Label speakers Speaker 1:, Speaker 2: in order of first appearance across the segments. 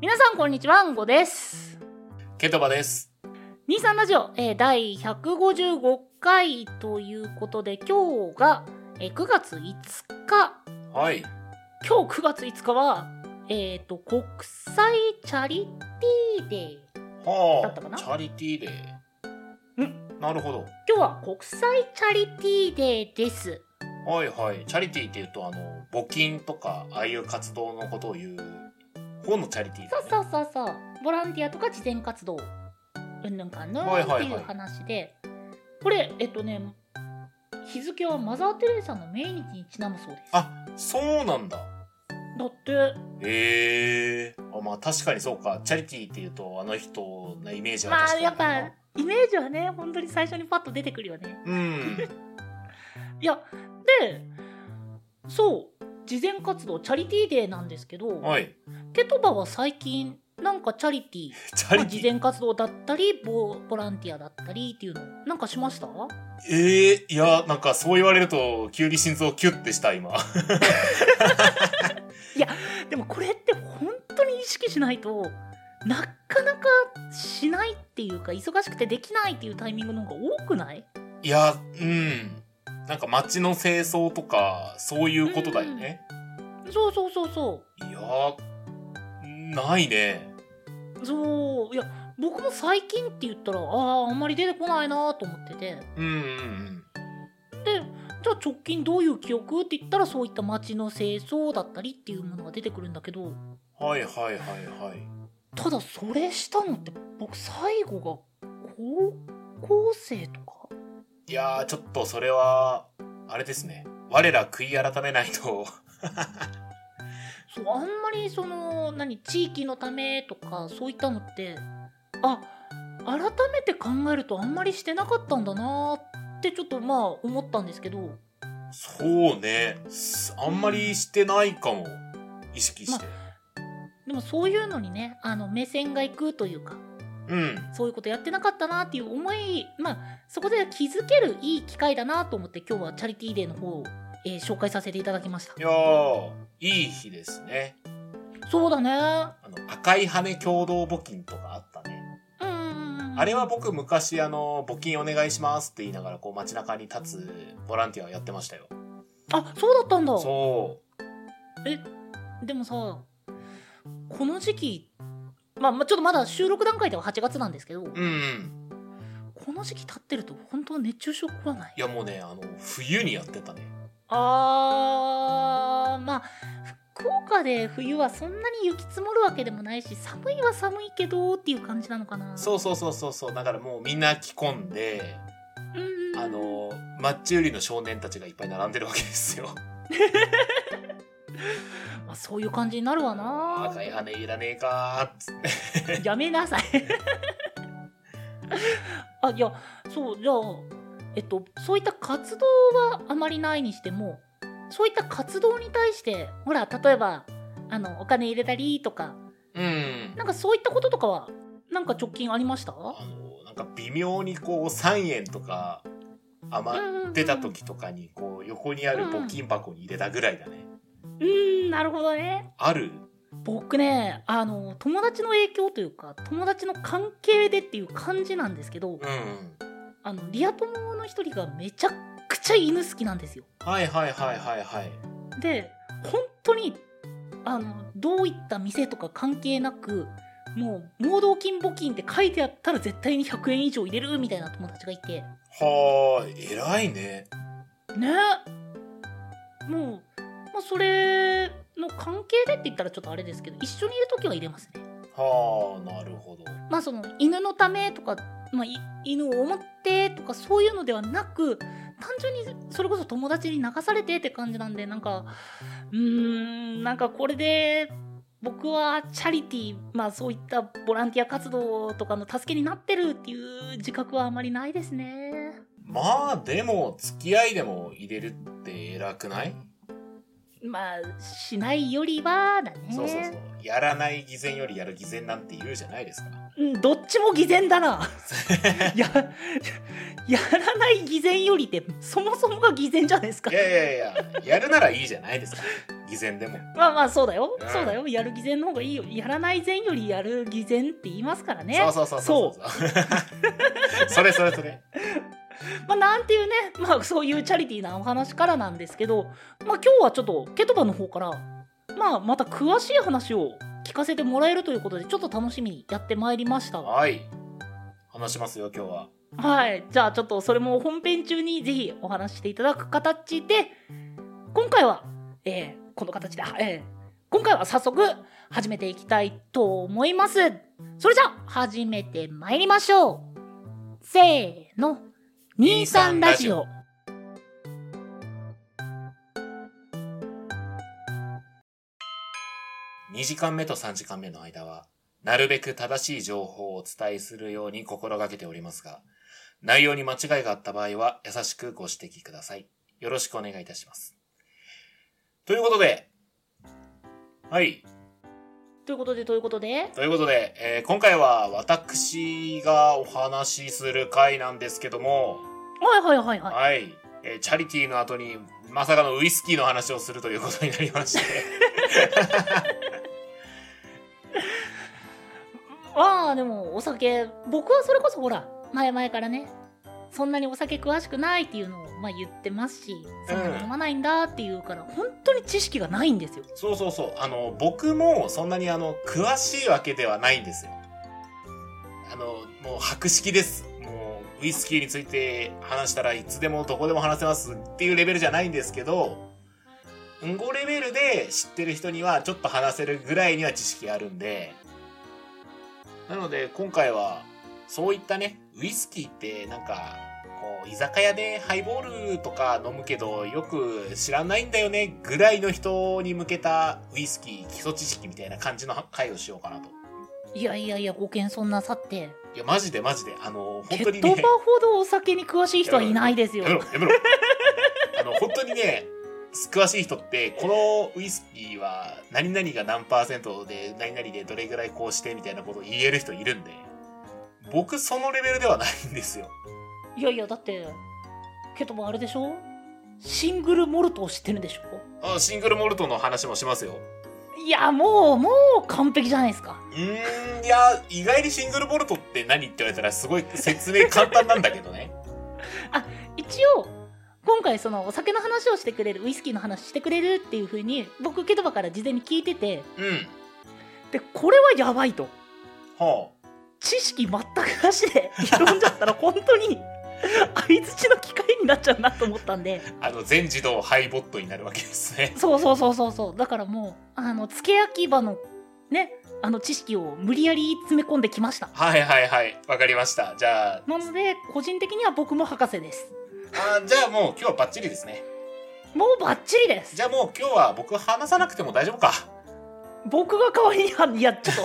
Speaker 1: 皆さんこんにちはんごです
Speaker 2: ケトバです。
Speaker 1: 23ラジオ、えー第155回ということで今日が、えー9月5日
Speaker 2: はい。
Speaker 1: 今日9月5日はえっ、と国際チャリティーデーだ
Speaker 2: は
Speaker 1: ったかな
Speaker 2: あ。チャリティーデ
Speaker 1: う
Speaker 2: ー。なるほど。
Speaker 1: 今日は国際チャリティーデーです
Speaker 2: はいはい。チャリティーっていうと、あの、募金とか、ああいう活動のことを言う方のチャリティー
Speaker 1: そ
Speaker 2: だ、
Speaker 1: う
Speaker 2: ね。
Speaker 1: そうそうそうボランティアとか慈善活動うんぬんかんぬん
Speaker 2: はいはい
Speaker 1: っ
Speaker 2: はい
Speaker 1: ていう話で、これえっとね日付はマザー・テレサの命日にちなむそうですだ
Speaker 2: あ、そうなんだ。
Speaker 1: って
Speaker 2: へえ。あまあ確かにそうか。チャリティーっていうと、あの人のイメージは
Speaker 1: ま
Speaker 2: 確
Speaker 1: あ
Speaker 2: かに
Speaker 1: やっ
Speaker 2: な
Speaker 1: ぱイメージはね本当に最初にパッと出てくるよね
Speaker 2: うん。
Speaker 1: いやでそう慈善活動チャリティーデーなんですけど、
Speaker 2: はい。
Speaker 1: ケトバは最近なんかチャリティー
Speaker 2: チャ
Speaker 1: ま
Speaker 2: リ
Speaker 1: あ、
Speaker 2: テ
Speaker 1: 慈
Speaker 2: ィー。
Speaker 1: 善活動だったりボボランティアだったりっていうのなんかしました
Speaker 2: ええいや、なんかそう言われると、急に心臓キュッてした、今。
Speaker 1: でもこれって本当に意識しないとなかなかしないっていうか忙しくてできないっていうタイミングの方が多くない
Speaker 2: いや、うん。なんか街の清掃とか、そういうことだよね。
Speaker 1: そうそうそうそう
Speaker 2: いやー、ないね。
Speaker 1: そういや僕も最近って言ったらあああんまり出てこないなと思ってて
Speaker 2: うんうん
Speaker 1: でじゃあ直近どういう記憶って言ったらそういった街の清掃だったりっていうものが出てくるんだけど
Speaker 2: うん。はいはいはいはい。
Speaker 1: ただそれしたのって僕最後が高校生とか
Speaker 2: いやー、ちょっとそれは、あれですね。我ら悔い改めないと。
Speaker 1: そうあんまりその何地域のためとかそういったのってあ改めて考えるとあんまりしてなかったんだなーってちょっとまあ思ったんですけど
Speaker 2: そうね。すあんまりしてないかも。意識して。
Speaker 1: でもそういうのにねあの目線がいくというか
Speaker 2: うん。
Speaker 1: そういうことやってなかったなっていう思いまあそこで気づけるいい機会だなと思って今日はチャリティーデーの方を、えー紹介させていただきました
Speaker 2: いやー、いい日ですね。
Speaker 1: そうだね
Speaker 2: あの、赤い羽共同募金とかあったね。
Speaker 1: うんうんうんうん
Speaker 2: あれは僕昔あの、募金お願いしますって言いながらこう街中に立つボランティアをやってましたよ。
Speaker 1: あそうだったんだ
Speaker 2: そう。
Speaker 1: えでもさこの時期まあまあちょっとまだ収録段階では8月なんですけど
Speaker 2: うんうん。
Speaker 1: この時期経ってると本当は熱中症食わない
Speaker 2: いやもうね、あの、冬にやってたね。
Speaker 1: あーまあ福岡で冬はそんなに雪積もるわけでもないし寒いは寒いけどっていう感じなのかな
Speaker 2: そうそうそうそうそう。だからもうみんな着込んで、
Speaker 1: うん
Speaker 2: あの、マッチ売りの少年たちがいっぱい並んでるわけですよ。
Speaker 1: まあ、そういう感じになるわな
Speaker 2: 赤い羽いらねえかーっつって。
Speaker 1: やめなさいあいやそうじゃあえっとそういった活動はあまりないにしてもそういった活動に対してほら例えばあのお金入れたりとか
Speaker 2: うん。
Speaker 1: なんかそういったこととかはなんか直近ありました
Speaker 2: あの、なんか微妙にこう3円とか余ってた時とかにこう横にある募金箱に入れたぐらいだ
Speaker 1: うんう
Speaker 2: ね。
Speaker 1: んうんなるほどね
Speaker 2: ある
Speaker 1: 僕ねあの友達の影響というか友達の関係でっていう感じなんですけど
Speaker 2: うんうん。
Speaker 1: あのリア友の一人がめちゃくちゃ犬好きなんですよ
Speaker 2: はいはいはいはいはい。
Speaker 1: で本当にあのどういった店とか関係なくもう盲導金募金って書いてあったら絶対に100円以上入れるみたいな友達がいて
Speaker 2: はー、偉いね。
Speaker 1: ねもう、まあ、それの関係でって言ったらちょっとあれですけど一緒にいる時は入れますね
Speaker 2: はー、なるほど。
Speaker 1: まあその犬のためとか、まあ、い犬を思ってとかそういうのではなく単純にそれこそ友達に流されてって感じなんでなんかうーんなんかこれで僕はチャリティーまあそういったボランティア活動とかの助けになってるっていう自覚はあまりないですね。
Speaker 2: まあでも付き合いでも入れるって偉くない、
Speaker 1: まあしないよりはだね。
Speaker 2: そうそうそうやらない偽善よりやる偽善なんて言うじゃないですか
Speaker 1: うん、どっちも偽善だ な。ややらない偽善よりってそもそもが偽善じゃないですか
Speaker 2: い。やいやいややるならいいじゃないですか偽善でも。
Speaker 1: まあまあそうだよ、
Speaker 2: うん
Speaker 1: そうだよやる偽善の方がいいよやらない善よりやる偽善って言いますからね
Speaker 2: そうそうそうそうそう。 それそれそれ。
Speaker 1: まあなんていうねまあそういうチャリティーなお話からなんですけどまあ今日はちょっとケトバの方からまあまた詳しい話を聞かせてもらえるということでちょっと楽しみにやってまいりました
Speaker 2: はい。話しますよ、今日は。
Speaker 1: はい。じゃあちょっとそれも本編中にぜひお話ししていただく形で、今回は、えーこの形で、えー今回は早速始めていきたいと思います。それじゃあ始めてまいりましょう。せーの。23ラジオ。
Speaker 2: 2時間目と3時間目の間は、なるべく正しい情報をお伝えするように心がけておりますが、内容に間違いがあった場合は優しくご指摘ください。よろしくお願いいたします。ということで、はい。
Speaker 1: ということで、ということで、
Speaker 2: ということで、えー今回は私がお話しする回なんですけども、
Speaker 1: はいはいはいはい。
Speaker 2: はい。えーチャリティーの後に、まさかのウイスキーの話をするということになりまして。
Speaker 1: ああ、でもお酒、僕はそれこそほら、前々からね、そんなにお酒詳しくないっていうのを、まあ、言ってますし、そんなに飲まないんだっていうから、本当に知識がないんですよ。
Speaker 2: そうそうそう。あの、僕もそんなにあの、詳しいわけではないんですよ。あの、もう白識です。もう、ウイスキーについて話したらいつでもどこでも話せますっていうレベルじゃないんですけど、5レベルで知ってる人にはちょっと話せるぐらいには知識あるんで、なので今回は、そういったね、ウイスキーってなんか、こう、居酒屋でハイボールとか飲むけど、よく知らないんだよね、ぐらいの人に向けたウイスキー基礎知識みたいな感じの回をしようかなと。
Speaker 1: いやいやいや、ご謙遜なさって、
Speaker 2: いや、マジでマジで、あの、
Speaker 1: ケ
Speaker 2: 本当に
Speaker 1: ッ
Speaker 2: ね。
Speaker 1: トバほどお酒に詳しい人はいないですよ
Speaker 2: や。めろ、やめろ。あの、本当にね、詳しい人って、このウイスキーは、何々が何パーセントで、何々でどれぐらいこうして、みたいなことを言える人いるんで、僕そのレベルではないんですよ。
Speaker 1: いやいや、だって、ケトバあれでしょシングルモルトを知ってるんでしょ
Speaker 2: あシングルモルトの話もしますよ。
Speaker 1: いや、もう、もう完璧じゃないですか。
Speaker 2: うーん、いや、意外にシングルモルトって何って言われたら、すごい説明簡単なんだけどね。
Speaker 1: 一応今回そのお酒の話をしてくれるウイスキーの話してくれるっていう風に僕ケトバから事前に聞いてて
Speaker 2: うん。
Speaker 1: でこれはやばいと
Speaker 2: は
Speaker 1: 知識全くなしで挑んじゃったら 本当に相槌の機会になっちゃうなと思ったんで
Speaker 2: あ。あの、全自動ハイボットになるわけですね。
Speaker 1: そうそうそうそうそうだからもうあの付け焼き場のねあの知識を無理やり詰め込んできました
Speaker 2: はいはいはい。わかりました。じゃあ、
Speaker 1: なので個人的には僕も博士です
Speaker 2: あーじゃあもう今日はバッチリですね。
Speaker 1: もうバッチリです
Speaker 2: じゃあもう今日は僕話さなくても大丈夫か。
Speaker 1: 僕が代わりにはやっちゃ と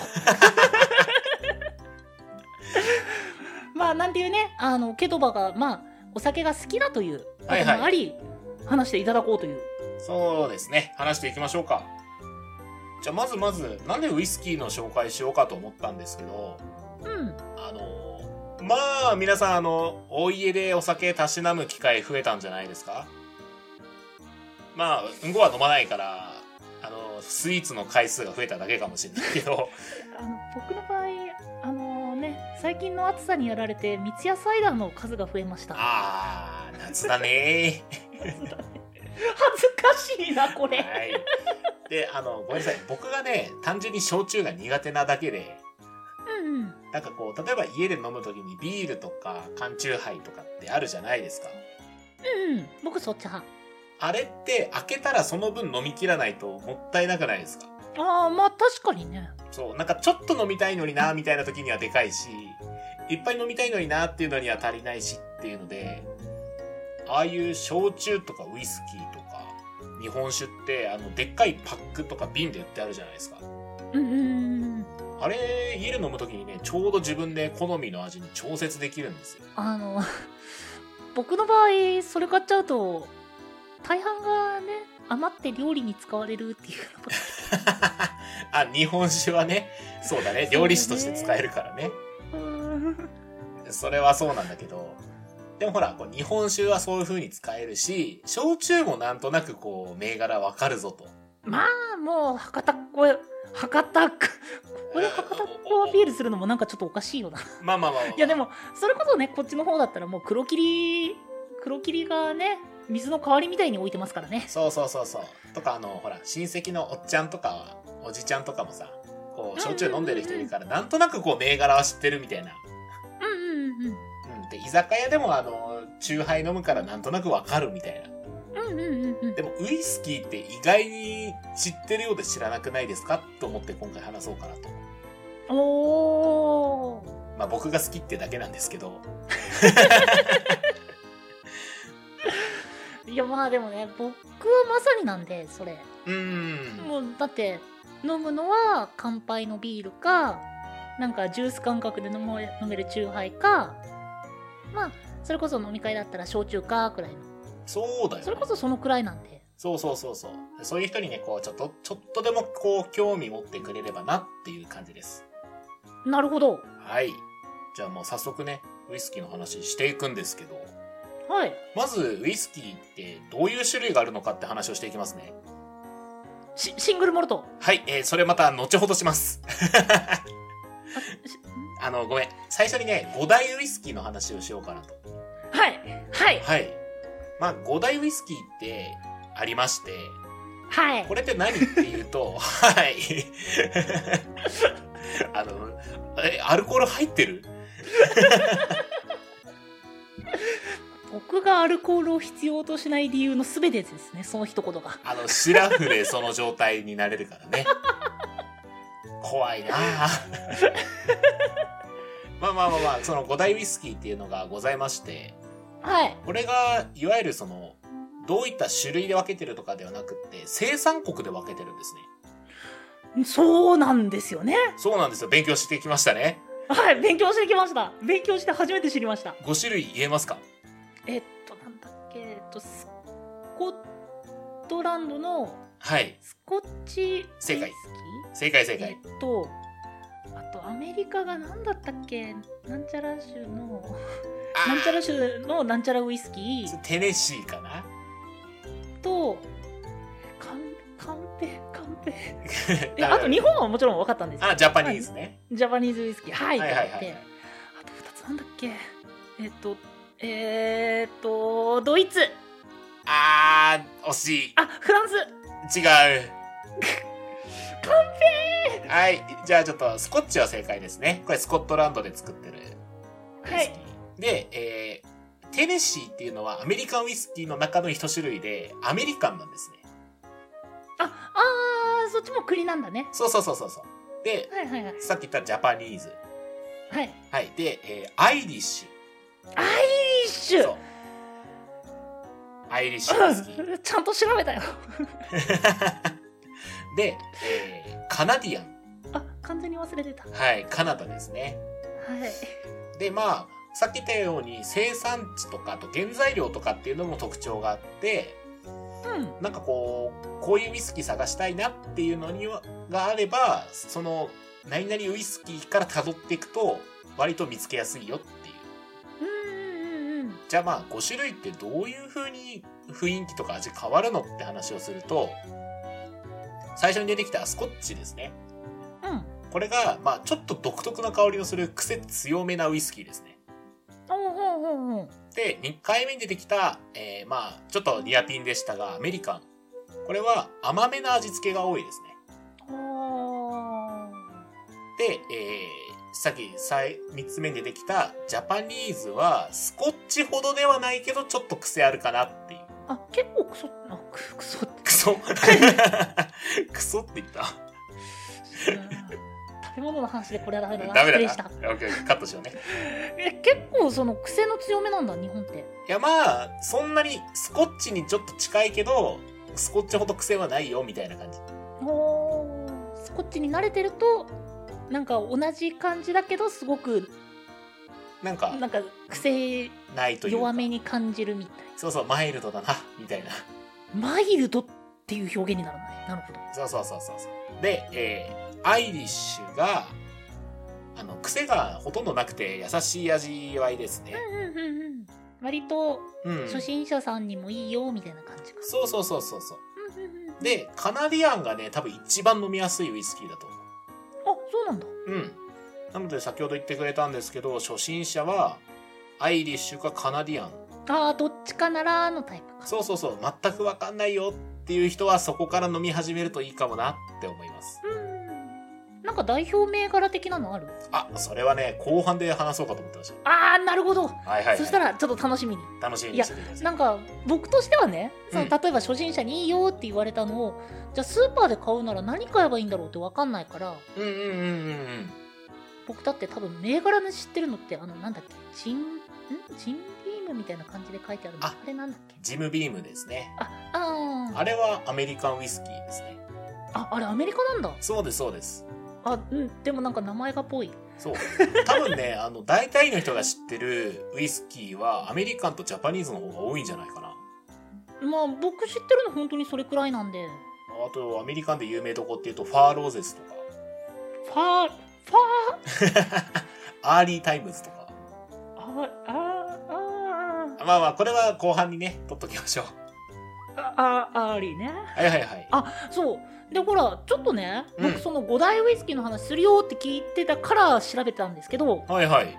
Speaker 1: まあなんていうねあのケトバがまあお酒が好きだということもあ
Speaker 2: は
Speaker 1: り、
Speaker 2: いはい
Speaker 1: 話していただこうという
Speaker 2: そうですね。話していきましょうか。じゃあまずまず、なんでウイスキーの紹介しようかと思ったんですけど、
Speaker 1: うん
Speaker 2: あのーまあ皆さんあの、お家でお酒たしなむ機会増えたんじゃないですかまあ、うんこは飲まないから、あの、スイーツの回数が増えただけかもしれないけど、
Speaker 1: あの僕の場合あのね最近の暑さにやられて三ツ矢サイダーの数が増えました恥
Speaker 2: あー、夏だね
Speaker 1: ずかしいなこ
Speaker 2: は
Speaker 1: れ
Speaker 2: い。で、あの、ごめんなさい。僕がね、単純に焼酎が苦手なだけで、
Speaker 1: うんうん
Speaker 2: なんかこう、例えば家で飲むときにビールとか缶チューハイとかってあるじゃないですか。
Speaker 1: うんうん僕そっち派
Speaker 2: あれって開けたらその分飲みきらないともったいなくないですか
Speaker 1: ああまあ確かにね
Speaker 2: そう、なんかちょっと飲みたいのにな、みたいな時にはでかいし、いっぱい飲みたいのになっていうのには足りないしっていうので、ああいう焼酎とかウイスキーとか、日本酒って、あの、でっかいパックとか瓶で売ってあるじゃないですか。
Speaker 1: うんうんうん
Speaker 2: あれ、家で飲むときにね、ちょうど自分で好みの味に調節できるん ですよ。
Speaker 1: あの 僕の場合それ買っちゃうと大半がね余って料理に使われるっていうのが
Speaker 2: あ、日本酒はね、そうだね、料理酒として使えるからね。
Speaker 1: うーん
Speaker 2: それはそうなんだけど、でもほら、こう日本酒はそういう風に使えるし、焼酎もなんとなくこう、銘柄わかるぞと。
Speaker 1: まあもう博多っ子博多っ子ここで博多っ子をアピールするのもなんかちょっとおかしい よな
Speaker 2: まあまあまあ、まあ、
Speaker 1: いやでもそれこそねこっちの方だったらもう黒霧黒霧がね水の代わりみたいに置いてますからね
Speaker 2: そうそうそうそうとかあのほら親戚のおっちゃんとかおじちゃんとかもさこう焼酎飲んでる人いるからなんとなくこう銘柄は知ってるみたいな、
Speaker 1: うんうんうん
Speaker 2: うん、で居酒屋でもあの酎ハイ飲むからなんとなくわかるみたいな
Speaker 1: うんうんうんうん
Speaker 2: でもウイスキーって意外に知ってるようで知らなくないですかと思って今回話そうかなと
Speaker 1: おー
Speaker 2: まあ僕が好きってだけなんですけど
Speaker 1: いやまあでもね僕はまさになんでそれ
Speaker 2: うーん
Speaker 1: もうだって飲むのは乾杯のビールかなんかジュース感覚で飲もう飲めるチューハイかまあそれこそ飲み会だったら焼酎かくらいの
Speaker 2: そうだよ
Speaker 1: それこそそのくらいなんで
Speaker 2: そうそうそうそうでそういう人にねこうちょっとちょっとでもこう興味持ってくれればなっていう感じです
Speaker 1: なるほど
Speaker 2: はいじゃあもう早速ねウイスキーの話していくんですけど
Speaker 1: はい
Speaker 2: まずウイスキーってどういう種類があるのかって話をしていきますね
Speaker 1: シシングルモル ト
Speaker 2: はい、えーそれまた後ほどします。
Speaker 1: あし
Speaker 2: あの、ごめん。最初にね、5大ウイスキーの話をしようかなと。
Speaker 1: はいはい
Speaker 2: はい。まあ、5大ウイスキーってありまして、
Speaker 1: はい
Speaker 2: これって何っていうと、 はい。あの、え、アルコール入ってる
Speaker 1: 僕がアルコールを必要としない理由の全てですねその一言が
Speaker 2: あの、シラフでその状態になれるからね。 怖いな あまあまあまあまあ、その5大ウイスキーっていうのがございまして、
Speaker 1: はい
Speaker 2: これがいわゆるそのどういった種類で分けてるとかではなくって生産国で分けてるんですね
Speaker 1: そうなんですよね
Speaker 2: そうなんですよ勉強してきましたね
Speaker 1: はい勉強してきました勉強して初めて知りました
Speaker 2: 5種類言えますか
Speaker 1: えっと、なんだっけ、えっと、スコットランドの
Speaker 2: はい
Speaker 1: スコッチ
Speaker 2: 正解
Speaker 1: ウイ
Speaker 2: 正解正
Speaker 1: スキーえっ
Speaker 2: 解
Speaker 1: と、あとアメリカがなんだったっけ、なんちゃら州の、
Speaker 2: あ
Speaker 1: なんちゃら州のなんちゃらウイスキー
Speaker 2: ーテネシーかな
Speaker 1: と、カンカンペ、カンペ。え、
Speaker 2: だから
Speaker 1: あと日本はもちろん分かったんですよ
Speaker 2: あジャパニーズね、
Speaker 1: ジャパニーズウイスキー、はい、
Speaker 2: はい、
Speaker 1: と
Speaker 2: は
Speaker 1: 思
Speaker 2: いは
Speaker 1: っ
Speaker 2: い
Speaker 1: て。あと2つなんだっけ、えっと、えーっと、ドイツ、
Speaker 2: あー惜し
Speaker 1: あ、フランス、
Speaker 2: い違う 完璧はいじゃあちょっとスコッチは正解ですねこれスコットランドで作ってる
Speaker 1: はい。
Speaker 2: で、えーテネシーっていうのはアメリカンウイスキーの中の一種類で、アメリカンなんですね。
Speaker 1: あ、あーそっちも国なんだね。
Speaker 2: そうそうそうそうそう。で、
Speaker 1: はいはいはい。
Speaker 2: さっき言ったジャパニーズ。
Speaker 1: はい。
Speaker 2: はい。で、えーアイリッシ
Speaker 1: アイリッシ
Speaker 2: ュ。
Speaker 1: ュ
Speaker 2: そう。アイリッシュウイス キー。
Speaker 1: うんちゃんと調べたよ。
Speaker 2: で、えーカナディアン。
Speaker 1: あ、完全に忘れてた。は
Speaker 2: はい。カナダですね。
Speaker 1: い。
Speaker 2: で、まあ、さっき言ったように生産地とか、あと原材料とかっていうのも特徴があって、
Speaker 1: うん。
Speaker 2: なんかこう、こういうウイスキー探したいなっていうのには、があれば、その、何々ウイスキーから辿っていくと、割と見つけやすいよってい
Speaker 1: う
Speaker 2: う。
Speaker 1: んうんうんうん。
Speaker 2: じゃあまあ、5種類ってどういう風に雰囲気とか味変わるのって話をすると、最初に出てきたスコッチですね。
Speaker 1: うん。
Speaker 2: これが、まあ、ちょっと独特な香りのする癖強めなウイスキーですね。
Speaker 1: おうおうおうおう。
Speaker 2: で、2回目に出てきた、えー、まあ、ちょっとニアピンでしたが、アメリカン。これは甘めな味付けが多いですね。
Speaker 1: おー
Speaker 2: で、えー、さっき最三つ目に出てきたジャパニーズはスコッチほどではないけどちょっと癖あるかなっていう。
Speaker 1: あ、結構クソ、あ、ククソって
Speaker 2: クソ クソって言った
Speaker 1: うん食べ物の話でこれはダメだな。
Speaker 2: ダメ
Speaker 1: 失
Speaker 2: だ
Speaker 1: 礼
Speaker 2: な。
Speaker 1: した。
Speaker 2: オッケーオッケーカットしようね。
Speaker 1: え、結構その癖の強めなんだ、日本って。
Speaker 2: いやまあ、そんなにスコッチにちょっと近いけど、スコッチほど癖はないよみたいな感じ。
Speaker 1: おースコッチに慣れてると、なんか同じ感じだけど、すごく
Speaker 2: なんか、
Speaker 1: なんか癖
Speaker 2: ないというか。
Speaker 1: 弱めに感じるみたい
Speaker 2: そうそう、マイルドだな、みたいな。
Speaker 1: マイルドっていう表現になるのねなるほど
Speaker 2: そうそうそうそうそう。で、えーアイリッシュが、あの、癖がほとんどなくて優しい味わいですね。
Speaker 1: うんうんうん割と
Speaker 2: うん。
Speaker 1: 初心者さんにもいいよみたいな感じか、
Speaker 2: そうそうそうそうそう。
Speaker 1: うんうんうん
Speaker 2: で、カナディアンがね、多分一番飲みやすいウイスキーだと思う。
Speaker 1: そうなんだ。
Speaker 2: うん。なので先ほど言ってくれたんですけど、初心者はアイリッシュかカナディアン。
Speaker 1: ああ、どっちかならのタイプか。
Speaker 2: そうそうそう、全くわかんないよっていう人はそこから飲み始めるといいかもなって思います。
Speaker 1: うん。なんか代表銘柄的なのある
Speaker 2: あ、それはね、後半で話そうかと思ってまし
Speaker 1: ああ、なるほど。
Speaker 2: た。はいはい、はい。
Speaker 1: そしたらちょっと楽しみに。
Speaker 2: 楽しみにしててください。
Speaker 1: なんか僕としてはねその
Speaker 2: うん
Speaker 1: 例えば初心者にいいよって言われたのを、じゃあスーパーで買うなら何買えばいいんだろうって分かんないから
Speaker 2: うんうんうんうんうん。
Speaker 1: 僕だって多分銘柄の知ってるのってあのなんだっけジンんジンビームみたいな感じで書いてあるのあ
Speaker 2: あ
Speaker 1: れなんだっけ
Speaker 2: ジムビームですね。
Speaker 1: ああー
Speaker 2: あれはアメリカンウイスキーですね。
Speaker 1: ああれアメリカなんだ
Speaker 2: そうです、そうです。
Speaker 1: あうんでもなんか名前がぽい
Speaker 2: そう。多分ね、あの、大体の人が知ってるウイスキーは、アメリカンとジャパニーズの方が多いんじゃないかな。
Speaker 1: まあ僕知ってるの本当にそれくらいなんで
Speaker 2: あと、アメリカンで有名どこっていうと、ファーローゼスとか、
Speaker 1: ファーフ
Speaker 2: アーリータイムズとか。
Speaker 1: ァーあああ
Speaker 2: まあまあ、これは後半にね、取っときましょう。
Speaker 1: あああありね
Speaker 2: はいはいはい。
Speaker 1: そうでほらちょっとね、
Speaker 2: うん
Speaker 1: 僕その五大ウイスキーの話するよって聞いてたから調べてたんですけど
Speaker 2: はいはい。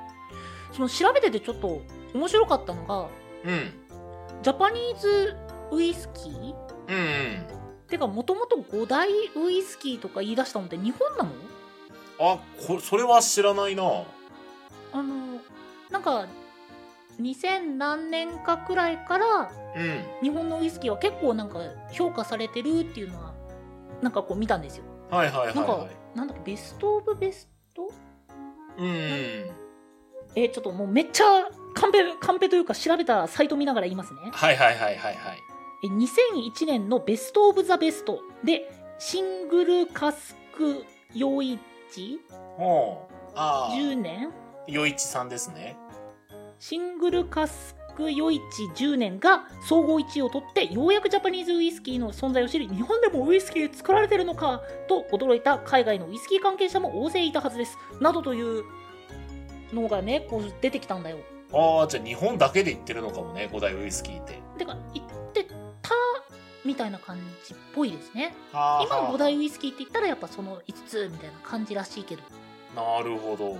Speaker 1: その調べててちょっと面白かったのが
Speaker 2: うん。
Speaker 1: ジャパニーズウイスキー
Speaker 2: うんうん。
Speaker 1: てかもともと五大ウイスキーとか言い出したのって日本なの
Speaker 2: あ、こそれは知らないな。
Speaker 1: あのなんか2000何年かくらいから
Speaker 2: うん。
Speaker 1: 日本のウイスキーは結構なんか評価されてるっていうのはなんかこう見たんですよ
Speaker 2: はいはいはい
Speaker 1: なんか
Speaker 2: はい。
Speaker 1: なんだっけベストオブベスト
Speaker 2: うんうん。
Speaker 1: えーちょっともうめっちゃカンペカンペというか調べたサイト見ながら言いますね
Speaker 2: はいはいはいはいはい。
Speaker 1: えー2001年のベスト・オブ・ザ・ベストでシングルカスク陽一
Speaker 2: もう、ああ、
Speaker 1: 10年
Speaker 2: よいちさんですね。
Speaker 1: シングルカスク陽一10年が総合1位を取ってようやくジャパニーズウイスキーの存在を知り日本でもウイスキー作られてるのかと驚いた海外のウイスキー関係者も大勢いたはずですなどというのがねこう出てきたんだよ
Speaker 2: ああ、じゃあ日本だけで言ってるのかもね、五大ウイスキーって。
Speaker 1: てか言ってたみたいな感じっぽいですね
Speaker 2: あー
Speaker 1: 今の五大ウイスキーって言ったらやっぱその5つみたいな感じらしいけど
Speaker 2: なるほど。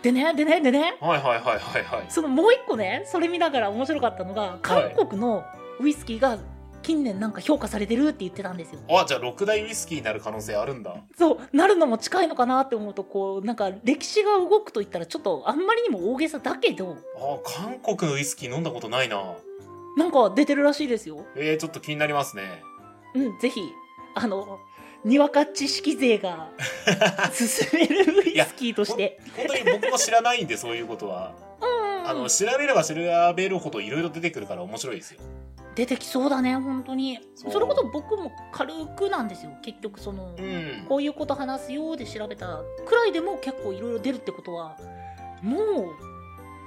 Speaker 1: でねでねでね
Speaker 2: はいはいはいはいはい。
Speaker 1: そのもう一個ねそれ見ながら面白かったのが韓国のウイスキーが近年なんか評価されてるって言ってたんですよ
Speaker 2: あ、じゃあ6大ウイスキーになる可能性あるんだ。
Speaker 1: そうなるのも近いのかなって思うとこうなんか歴史が動くと言ったらちょっとあんまりにも大げさだけど
Speaker 2: あー韓国のウイスキー飲んだことないな。
Speaker 1: なんか出てるらしいですよ
Speaker 2: えー、ちょっと気になりますね。
Speaker 1: うんぜひあのにわか知識勢が進めるウイスキーとして
Speaker 2: 本当に僕も知らないんで、 そういうことは。
Speaker 1: うん
Speaker 2: あの、調べれば調べるほどいろいろ出てくるから面白いですよ。
Speaker 1: 出てきそうだね本当に
Speaker 2: そ
Speaker 1: そうれこそ僕も軽くなんですよ結局その、
Speaker 2: うん。
Speaker 1: こういうこと話すようで調べたくらいでも結構いろいろ出るってことはも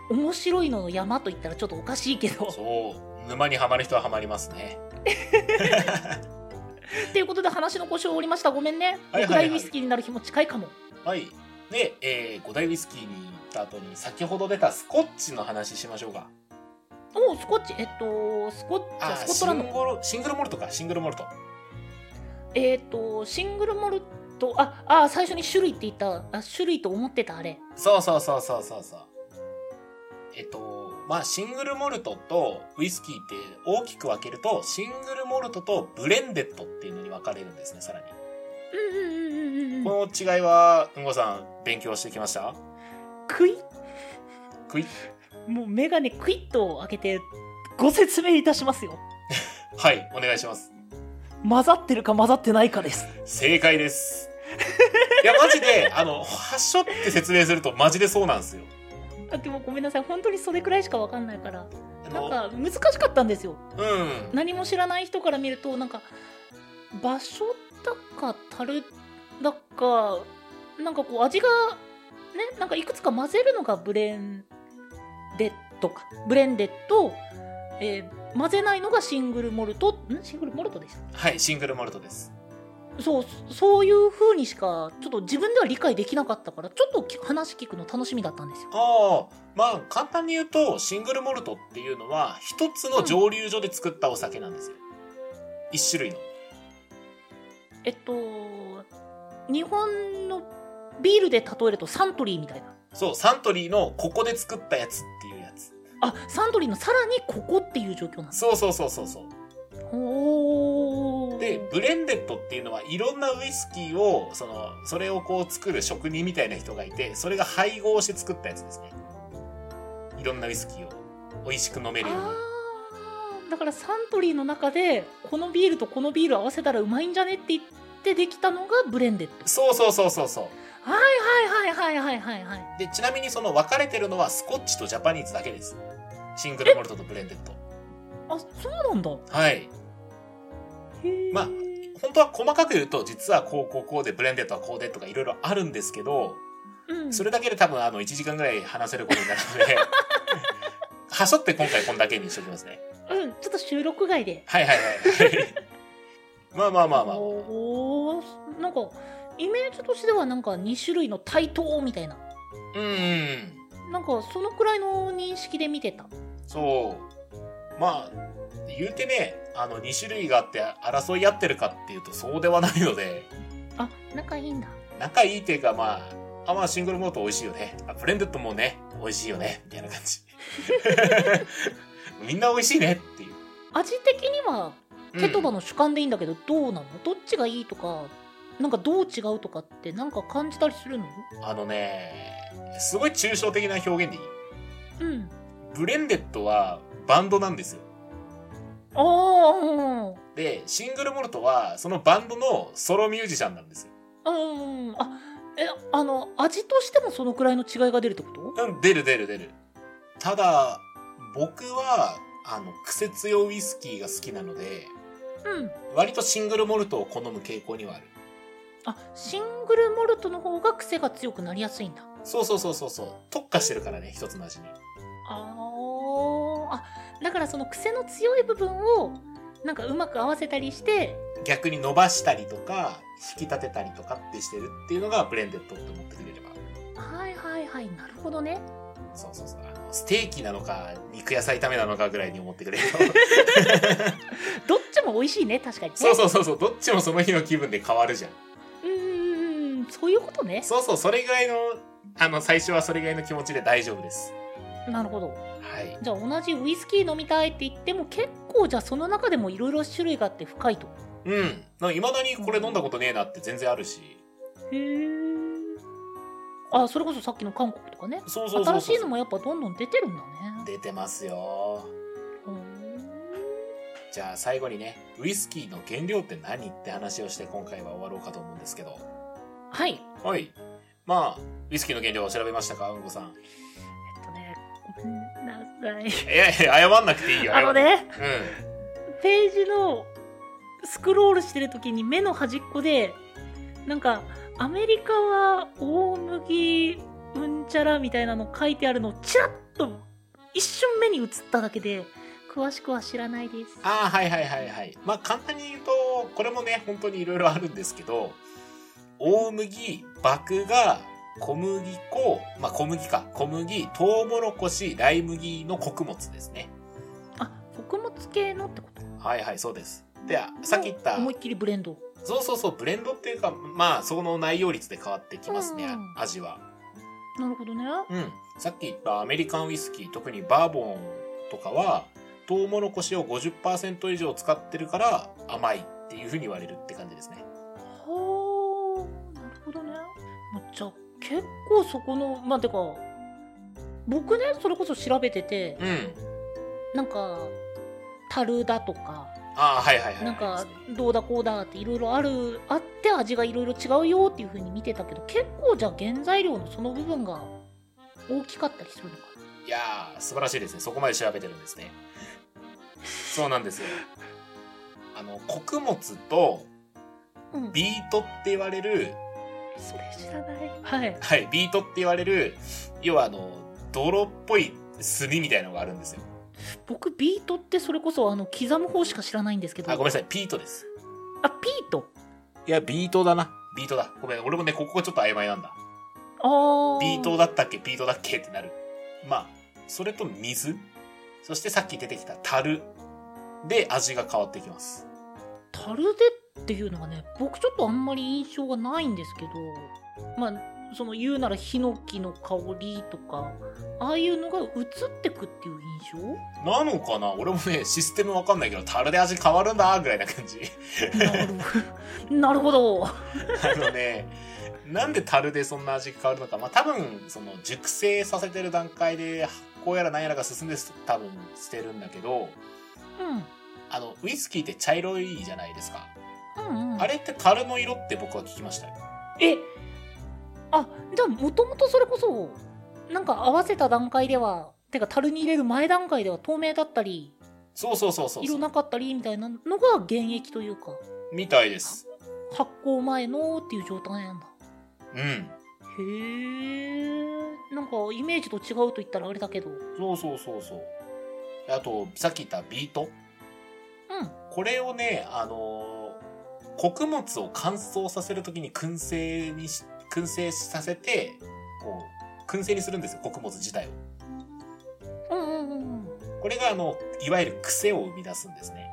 Speaker 1: う面白いのの山と言ったらちょっとおかしいけど
Speaker 2: そう。沼にはまる人ははまりますね。
Speaker 1: っていうことで話の腰を折りましたごめんね
Speaker 2: はいはいはい
Speaker 1: 僕大ウイスキーになる日も近いかも
Speaker 2: はい。で、えー、五大ウイスキーに行った後に、先ほど出たスコッチの話しましょうか。
Speaker 1: おうスコッチえっとスコッチスコットラン
Speaker 2: シン
Speaker 1: ド
Speaker 2: グルシングルモルトか、シングルモルト。
Speaker 1: えっとシングルモルトああ最初に種類って言ったあ種類と思ってたあれ
Speaker 2: そうそうそうそうそうそう。えっと、まあ、シングルモルトとウイスキーって大きく分けると、シングルモルトとブレンデッドっていうのに分かれるんですね、さらに。
Speaker 1: うんうんうんうんうんうん
Speaker 2: この違いは、うんごさん、勉強してきました
Speaker 1: クイッ
Speaker 2: クイッ
Speaker 1: もうメガネクイッと開けてご説明いたしますよ
Speaker 2: はい、お願いします。
Speaker 1: 混ざってるか混ざってないかです
Speaker 2: 正解 です。いや、マジで、あの、発症って説明するとマジでそうなんですよ。
Speaker 1: あでもごめんなさい本当にそれくらいしかわかんないから
Speaker 2: あ
Speaker 1: なん
Speaker 2: の、
Speaker 1: か難しかったんですよ
Speaker 2: うん。
Speaker 1: 何も知らない人から見るとなんか場所だか樽だかなんかこう味がねなんかいくつか混ぜるのがブレンデッドかブレンデッド、えー混ぜないのがシングルモルトんシングルモルトでした
Speaker 2: はい、シングルモルトです。
Speaker 1: そうそういう風にしかちょっと自分では理解できなかったからちょっとき話聞くの楽しみだったんですよ
Speaker 2: ああ、まあ、簡単に言うと、シングルモルトっていうのは、一つの蒸留所で作ったお酒なんですよ。一種類の。
Speaker 1: えっと日本のビールで例えるとサントリーみたいな
Speaker 2: そう、サントリーのここで作ったやつっていうやつ。
Speaker 1: あサントリーのさらにここっていう状況なんです
Speaker 2: そうそうそうそうそう。
Speaker 1: おー
Speaker 2: で、ブレンデッドっていうのはいろんなウイスキーを、その、それをこう作る職人みたいな人がいて、それが配合して作ったやつですね。いろんなウイスキーを美味しく飲めるように。
Speaker 1: あーだからサントリーの中でこのビールとこのビール合わせたらうまいんじゃねって言ってできたのがブレンデッド
Speaker 2: そうそうそうそうそう。
Speaker 1: はいはいはいはいはいはいはい
Speaker 2: で、ちなみにその分かれてるのはスコッチとジャパニーズだけです。シングルモルトとブレンデッド。
Speaker 1: あそうなんだ
Speaker 2: は
Speaker 1: へ
Speaker 2: い。
Speaker 1: ー
Speaker 2: まあ本当は細かく言うと、実はこうこうこうで、ブレンデッドはこうでとかいろいろあるんですけど、
Speaker 1: うん、
Speaker 2: それだけで多分あの1時間ぐらい話せることになる ので、はしょって今回こんだけにしときますね。
Speaker 1: うんちょっと収録外で
Speaker 2: はいはいはい。まあまあまあまあ。
Speaker 1: おーなんかイメージとしてはなんか2種類の対等みたいな
Speaker 2: うんうん。
Speaker 1: なんかそのくらいの認識で見てた
Speaker 2: そう。まあ、言うてね、あの2種類があって争い合ってるかっていうとそうではないので、
Speaker 1: あ仲いいんだ
Speaker 2: 仲いいっていうかまあ、あ、まあシングルモルト美味しいよね。あ、ブレンデッドもね、美味しいよね。みたいな感じ。 みんな美味しいねっていう。
Speaker 1: 味的には
Speaker 2: うん
Speaker 1: ケトバの主観でいいんだけど、どうなのどっちがいいとかなんかどう違うとかってなんか感じたりするの
Speaker 2: あのね、すごい抽象的な表現でいい。
Speaker 1: うん
Speaker 2: ブレンデッドはバンドなんですよ。
Speaker 1: ああ
Speaker 2: で、シングルモルトはそのバンドのソロミュージシャンなんですよ。
Speaker 1: うんうんあえあの味としてもそのくらいの違いが出るってこと
Speaker 2: うん、出る出る出る。ただ、僕は、あの、癖強ウイスキーが好きなので、
Speaker 1: うん
Speaker 2: 割とシングルモルトを好む傾向にはある。
Speaker 1: あシングルモルトの方が癖が強くなりやすいんだ
Speaker 2: そうそうそうそうそう。特化してるからね、一つの味に。
Speaker 1: あーあだからその癖の強い部分をなんかうまく合わせたりして
Speaker 2: 逆に伸ばしたりとか、引き立てたりとかってしてるっていうのがブレンデッドって思ってくれれば。
Speaker 1: はいはいはいなるほどね
Speaker 2: そうそうそう。あのステーキなのか、肉野菜炒めなのかぐらいに思ってくれる と。
Speaker 1: どっちも美味しいね確かにね
Speaker 2: そうそうそうそう。どっちもその日の気分で変わるじゃん。
Speaker 1: うーんそういうことね
Speaker 2: そうそう、それぐらいの、あの、最初はそれぐらいの気持ちで大丈夫です。
Speaker 1: なるほど
Speaker 2: はい。
Speaker 1: じゃあ同じウイスキー飲みたいって言っても結構じゃあその中でもいろいろ種類があって深いと
Speaker 2: うん。いまだにこれ飲んだことねえなって全然あるし。
Speaker 1: へえあそれこそさっきの韓国とかね
Speaker 2: そうそうそうそう。
Speaker 1: 新しいのもやっぱどんどん出てるんだね
Speaker 2: 出てますよ。
Speaker 1: うーん
Speaker 2: じゃあ最後にね、ウイスキーの原料って何って話をして今回は終わろうかと思うんですけど。
Speaker 1: はい
Speaker 2: はい。まあ、ウイスキーの原料を調べましたかうんこさん。
Speaker 1: えっとねごめんなさい
Speaker 2: いやいや、謝んなくていいよ。謝
Speaker 1: あ
Speaker 2: ん
Speaker 1: の。ね
Speaker 2: うん。
Speaker 1: ページのスクロールしてる時に目の端っこでなんかアメリカは大麦うんちゃらみたいなの書いてあるのをチラッと一瞬目に映っただけで詳しくは知らないです
Speaker 2: ああ、はいはいはいはい。まあ簡単に言うと、これもね、本当にいろいろあるんですけど、大麦、麦が、小麦粉、まあ小麦か、小麦、トウモロコシ、ライ麦の穀物ですね。
Speaker 1: あ穀物系のってこと
Speaker 2: はいはい、そうです。で、あさっき言った、
Speaker 1: 思いっきりブレンド
Speaker 2: そうそうそう、ブレンドっていうか、まあ、その内容率で変わってきますね、
Speaker 1: うん
Speaker 2: 味は。
Speaker 1: なるほどね
Speaker 2: うん。さっき言ったアメリカンウイスキー、特にバーボンとかは、トウモロコシを50%以上使ってるから甘いっていうふうに言われるって感じですね。
Speaker 1: はあなるほどねまあじゃあ結構そこのまあてか僕ねそれこそ調べてて、
Speaker 2: うん。
Speaker 1: なんか樽だとか
Speaker 2: ああ、はいはいはい。
Speaker 1: なん
Speaker 2: あ
Speaker 1: か
Speaker 2: りますね
Speaker 1: どうだこうだっていろいろあるあって味がいろいろ違うよっていう風に見てたけど結構じゃあ原材料のその部分が大きかったりするのか
Speaker 2: いやー、素晴らしいですね。そこまで調べてるんです ね。そうなんですよ。あの、穀物と
Speaker 1: なうん
Speaker 2: ビートって言われる、
Speaker 1: それ知らないはい
Speaker 2: はい、ビートって言われる、要はあの、泥っぽい炭みたいなのがあるんですよ。
Speaker 1: 僕ビートってそれこそあの刻む方しか知らないんですけど
Speaker 2: あ、ごめんなさい、ピートです。
Speaker 1: あピート
Speaker 2: いや、ビートだな。ビートだ。ごめん、俺もね、ここがちょっと曖昧なんだ。
Speaker 1: あ
Speaker 2: ビート
Speaker 1: だ
Speaker 2: だったっけビートだっけってなる。まあ、それと水。そしてさっき出てきた樽で味が変わってきます。
Speaker 1: 樽でっていうのがね僕ちょっとあんまり印象がないんですけどまあその言うならヒノキの香りとかああいうのが移ってくっていう印象
Speaker 2: なのかな俺もね、システムわかんないけど、樽で味変わるんだ、ぐらいな感じ。
Speaker 1: なるほどなるほど
Speaker 2: あのね、なんで樽でそんな味変わるのか。まあ、多分、その、熟成させてる段階で、発酵やら何やらが進んで、多分、してるんだけど、あの、ウイスキーって茶色いじゃないですか。
Speaker 1: うん、うんうん
Speaker 2: あれって樽の色って僕は聞きましたよ。
Speaker 1: えあじゃあもともとそれこそなんか合わせた段階ではてか樽に入れる前段階では透明だったり
Speaker 2: そうそうそうそうそ
Speaker 1: 色
Speaker 2: う。
Speaker 1: なかったりみたいなのが原液というか
Speaker 2: みたいです。
Speaker 1: 発酵前のっていう状態なんだ
Speaker 2: うん。
Speaker 1: へえんかイメージと違うと言ったらあれだけどうん
Speaker 2: そうそうそうそう。あと、さっき言ったビート。これをね、あのー穀物を乾燥させるときに燻製にし、燻製させて、こう、燻製にするんですよ、穀物自体を。
Speaker 1: うんうんうん
Speaker 2: これが、あの、いわゆる癖を生み出すんですね。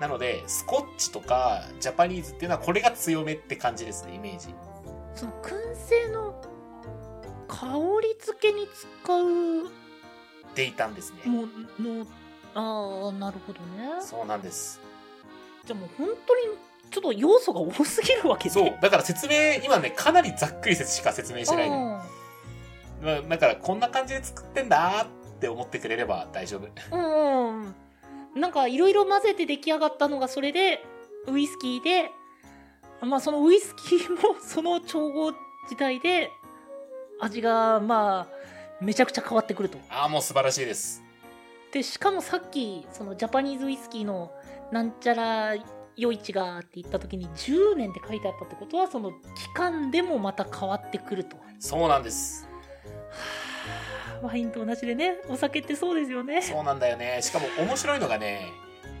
Speaker 2: なので、スコッチとかジャパニーズっていうのはこれが強めって感じですね、イメージ。
Speaker 1: その燻製の香り付けに使う
Speaker 2: でいたんですね。
Speaker 1: ものああなるほどね
Speaker 2: そうなんです。
Speaker 1: じゃあもう本当にちょっと要素が多すぎるわけで
Speaker 2: そう。だから説明、今ね、かなりざっくりしか説明してないの。まあ、だからこんな感じで作ってんだって思ってくれれば大丈夫。
Speaker 1: うんうんうんなんかいろいろ混ぜて出来上がったのがそれでウイスキーでまあそのウイスキーもその調合時代で味がまあめちゃくちゃ変わってくると。
Speaker 2: ああ、もう素晴らしいです。
Speaker 1: でしかもさっきそのジャパニーズウイスキーのなんちゃら余市がって言った時に10年って書いてあったってことはその期間でもまた変わってくると。
Speaker 2: そうなんです。
Speaker 1: ワインと同じでねお酒ってそうですよね。
Speaker 2: そうなんだよね。しかも面白いのがね、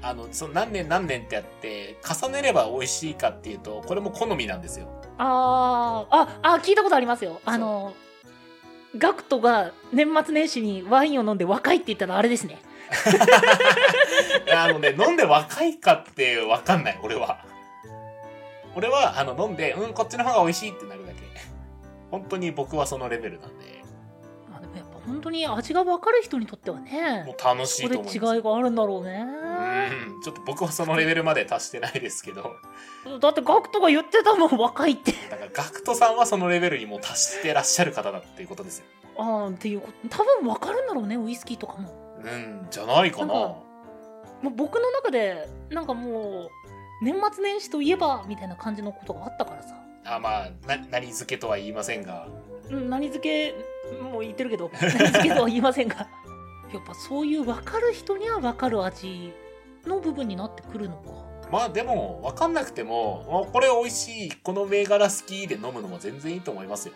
Speaker 2: あの、その何年何年ってやって、重ねれば美味しいかっていうと、これも好みなんですよ。
Speaker 1: あーああ聞いたことありますよあのガクトが年末年始にワインを飲んで若いって言ったらあれですね
Speaker 2: あのね、飲んで若いかってわかんない、俺は。俺は、あの、飲んで、うん、こっちの方が美味しいってなるだけ。本当に僕はそのレベルなんで、
Speaker 1: まあでもやっぱ本当に味が分かる人にとっては
Speaker 2: も
Speaker 1: ね
Speaker 2: う楽し
Speaker 1: そ
Speaker 2: い
Speaker 1: ことで
Speaker 2: 思います。
Speaker 1: 違いがあるんだろうね
Speaker 2: うん、ちょっと僕はそのレベルまで達してないですけど、
Speaker 1: だってガクトが言ってたもん若いって
Speaker 2: だから、ガクトさんはそのレベルにもう達してらっしゃる方だっていうことですよ。
Speaker 1: あーっていうこと多分分かるんだろうねウイスキーとかも
Speaker 2: うん、じゃないかな。
Speaker 1: なんかもう僕の中でなんかもう年末年始といえばみたいな感じのことがあったからさ
Speaker 2: あまあな何付けとは言いませんが
Speaker 1: うん何付けもう言ってるけ ど何付けとは言いませんがやっぱそういう分かる人には分かる味の部分になってくるのか
Speaker 2: まあでも分かんなくてもあこれ美味しいこの銘柄好きで飲むのも全然いいと思いますよ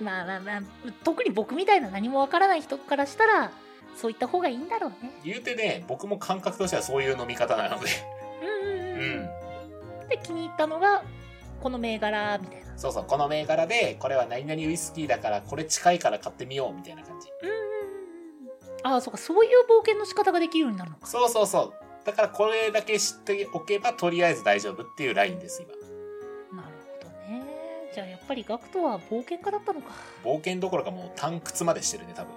Speaker 1: まあまあまあ特に僕みたいな何も分からない人からしたらそういった方がいいんだろうね
Speaker 2: 言うてね僕も感覚としてはそういう飲み方なので
Speaker 1: うんうんう
Speaker 2: う
Speaker 1: ん、
Speaker 2: ん
Speaker 1: で気に入ったのがこの銘柄みたいな
Speaker 2: そうそうこの銘柄でこれは何々ウイスキーだからこれ近いから買ってみようみたいな感じ
Speaker 1: うんうんうんああそうかそういう冒険の仕方ができるようになるのか
Speaker 2: そうそうそうだからこれだけ知っておけばとりあえず大丈夫っていうラインです今
Speaker 1: なるほどねじゃあやっぱりガクトは冒険家だったのか
Speaker 2: 冒険どころかもう単屈までしてるね多分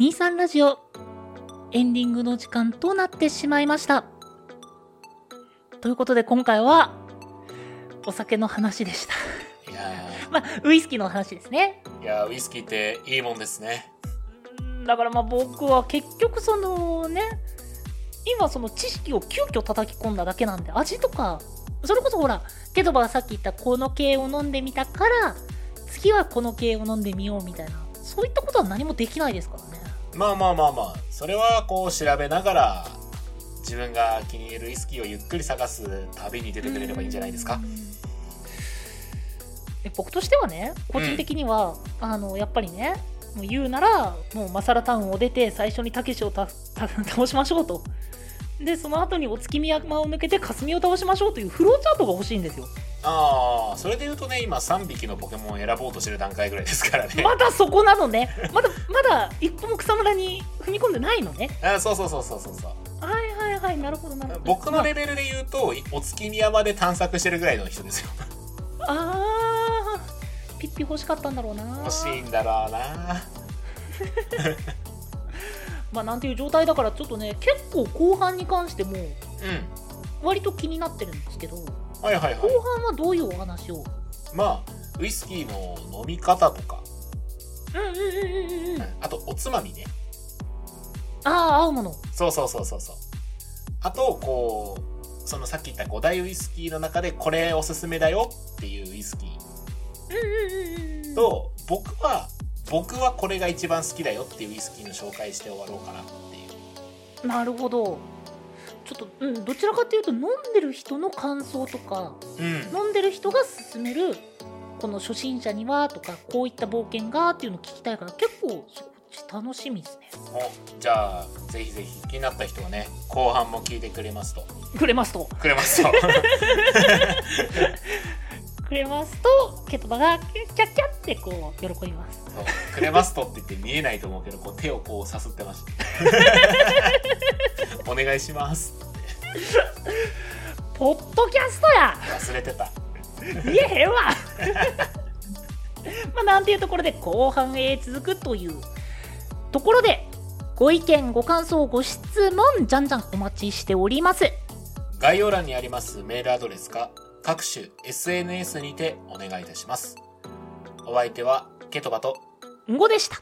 Speaker 1: 23ラジオエンディングの時間となってしまいましたということで今回はお酒の話でした
Speaker 2: いや
Speaker 1: まあウイスキーの話ですね
Speaker 2: ーいやーウイスキーっていいもんですね
Speaker 1: うんだからまあ僕は結局そのね今その知識を急遽叩き込んだだけなんで味とかそれこそほらケトバがさっき言ったこの系を飲んでみたから次はこの系を飲んでみようみたいなそういったことは何もできないですからね
Speaker 2: まあまあまあまあそれはこう調べながら自分が気に入るウイスキーをゆっくり探す旅に出てくれればいいんじゃないですか
Speaker 1: え僕としてはね個人的には、あのやっぱりねもう言うならもうマサラタウンを出て最初にたけしをたた倒しましょうとでその後にお月見山を抜けて霞を倒しましょうというフローチャートが欲しいんですよ
Speaker 2: ああ、それで言うとね、今3匹のポケモンを選ぼうとしてる段階ぐらいですからね。
Speaker 1: まだそこなのねまだまだ一歩も草むらに踏み込んでないのね
Speaker 2: あそうそうそうそうそうそう。
Speaker 1: はいはいはいなるほどなるほど
Speaker 2: 僕
Speaker 1: ま
Speaker 2: の
Speaker 1: あ
Speaker 2: レベルで言うと、いお月見山で探索してるぐらいの人ですよ。
Speaker 1: あーピッピ欲しかったんだろうな
Speaker 2: 欲しいんだろうな。
Speaker 1: まあなんていう状態だからちょっとね結構後半に関しても
Speaker 2: う
Speaker 1: 割と気になってるんですけど後
Speaker 2: ん。はいはいはい。
Speaker 1: 半はどういうお話を
Speaker 2: まあ、ウイスキーの飲み方とか、
Speaker 1: うんうんうんうんうんあ
Speaker 2: あとおつまみね。
Speaker 1: あー合うもの
Speaker 2: そうそうそうそうそう。あと、こう、そのさっき言った5大ウイスキーの中でこれおすすめだよっていうウイスキー
Speaker 1: うんうんうんうん
Speaker 2: と、僕は、僕はこれが一番好きだよっていうウイスキーの紹介して終わろうかなっていう。
Speaker 1: なるほどちょっと、うん、どちらかというと飲んでる人の感想とか
Speaker 2: うん。
Speaker 1: 飲んでる人が勧めるこの初心者にはとかこういった冒険がっていうのを聞きたいから結構そっち楽しみですね
Speaker 2: おじゃあ、ぜひぜひ気になった人はね、後半も聞いてくれますと。
Speaker 1: くれますと
Speaker 2: くれますと。
Speaker 1: くれますとケトバがキャッキャッキャッってこう喜びます
Speaker 2: そうくれますとって言って見えないと思うけど、こう手をこうさすってま した。お願いします。
Speaker 1: ポッドキャストや
Speaker 2: 忘れてた。
Speaker 1: 見えへんわ まあなんていうところで後半へ続くというところでご意見ご感想ご質問じゃんじゃんお待ちしております
Speaker 2: 概要欄にありますメールアドレスか各種 SNS にてお願いいたします。お相手はケトバと
Speaker 1: んごでした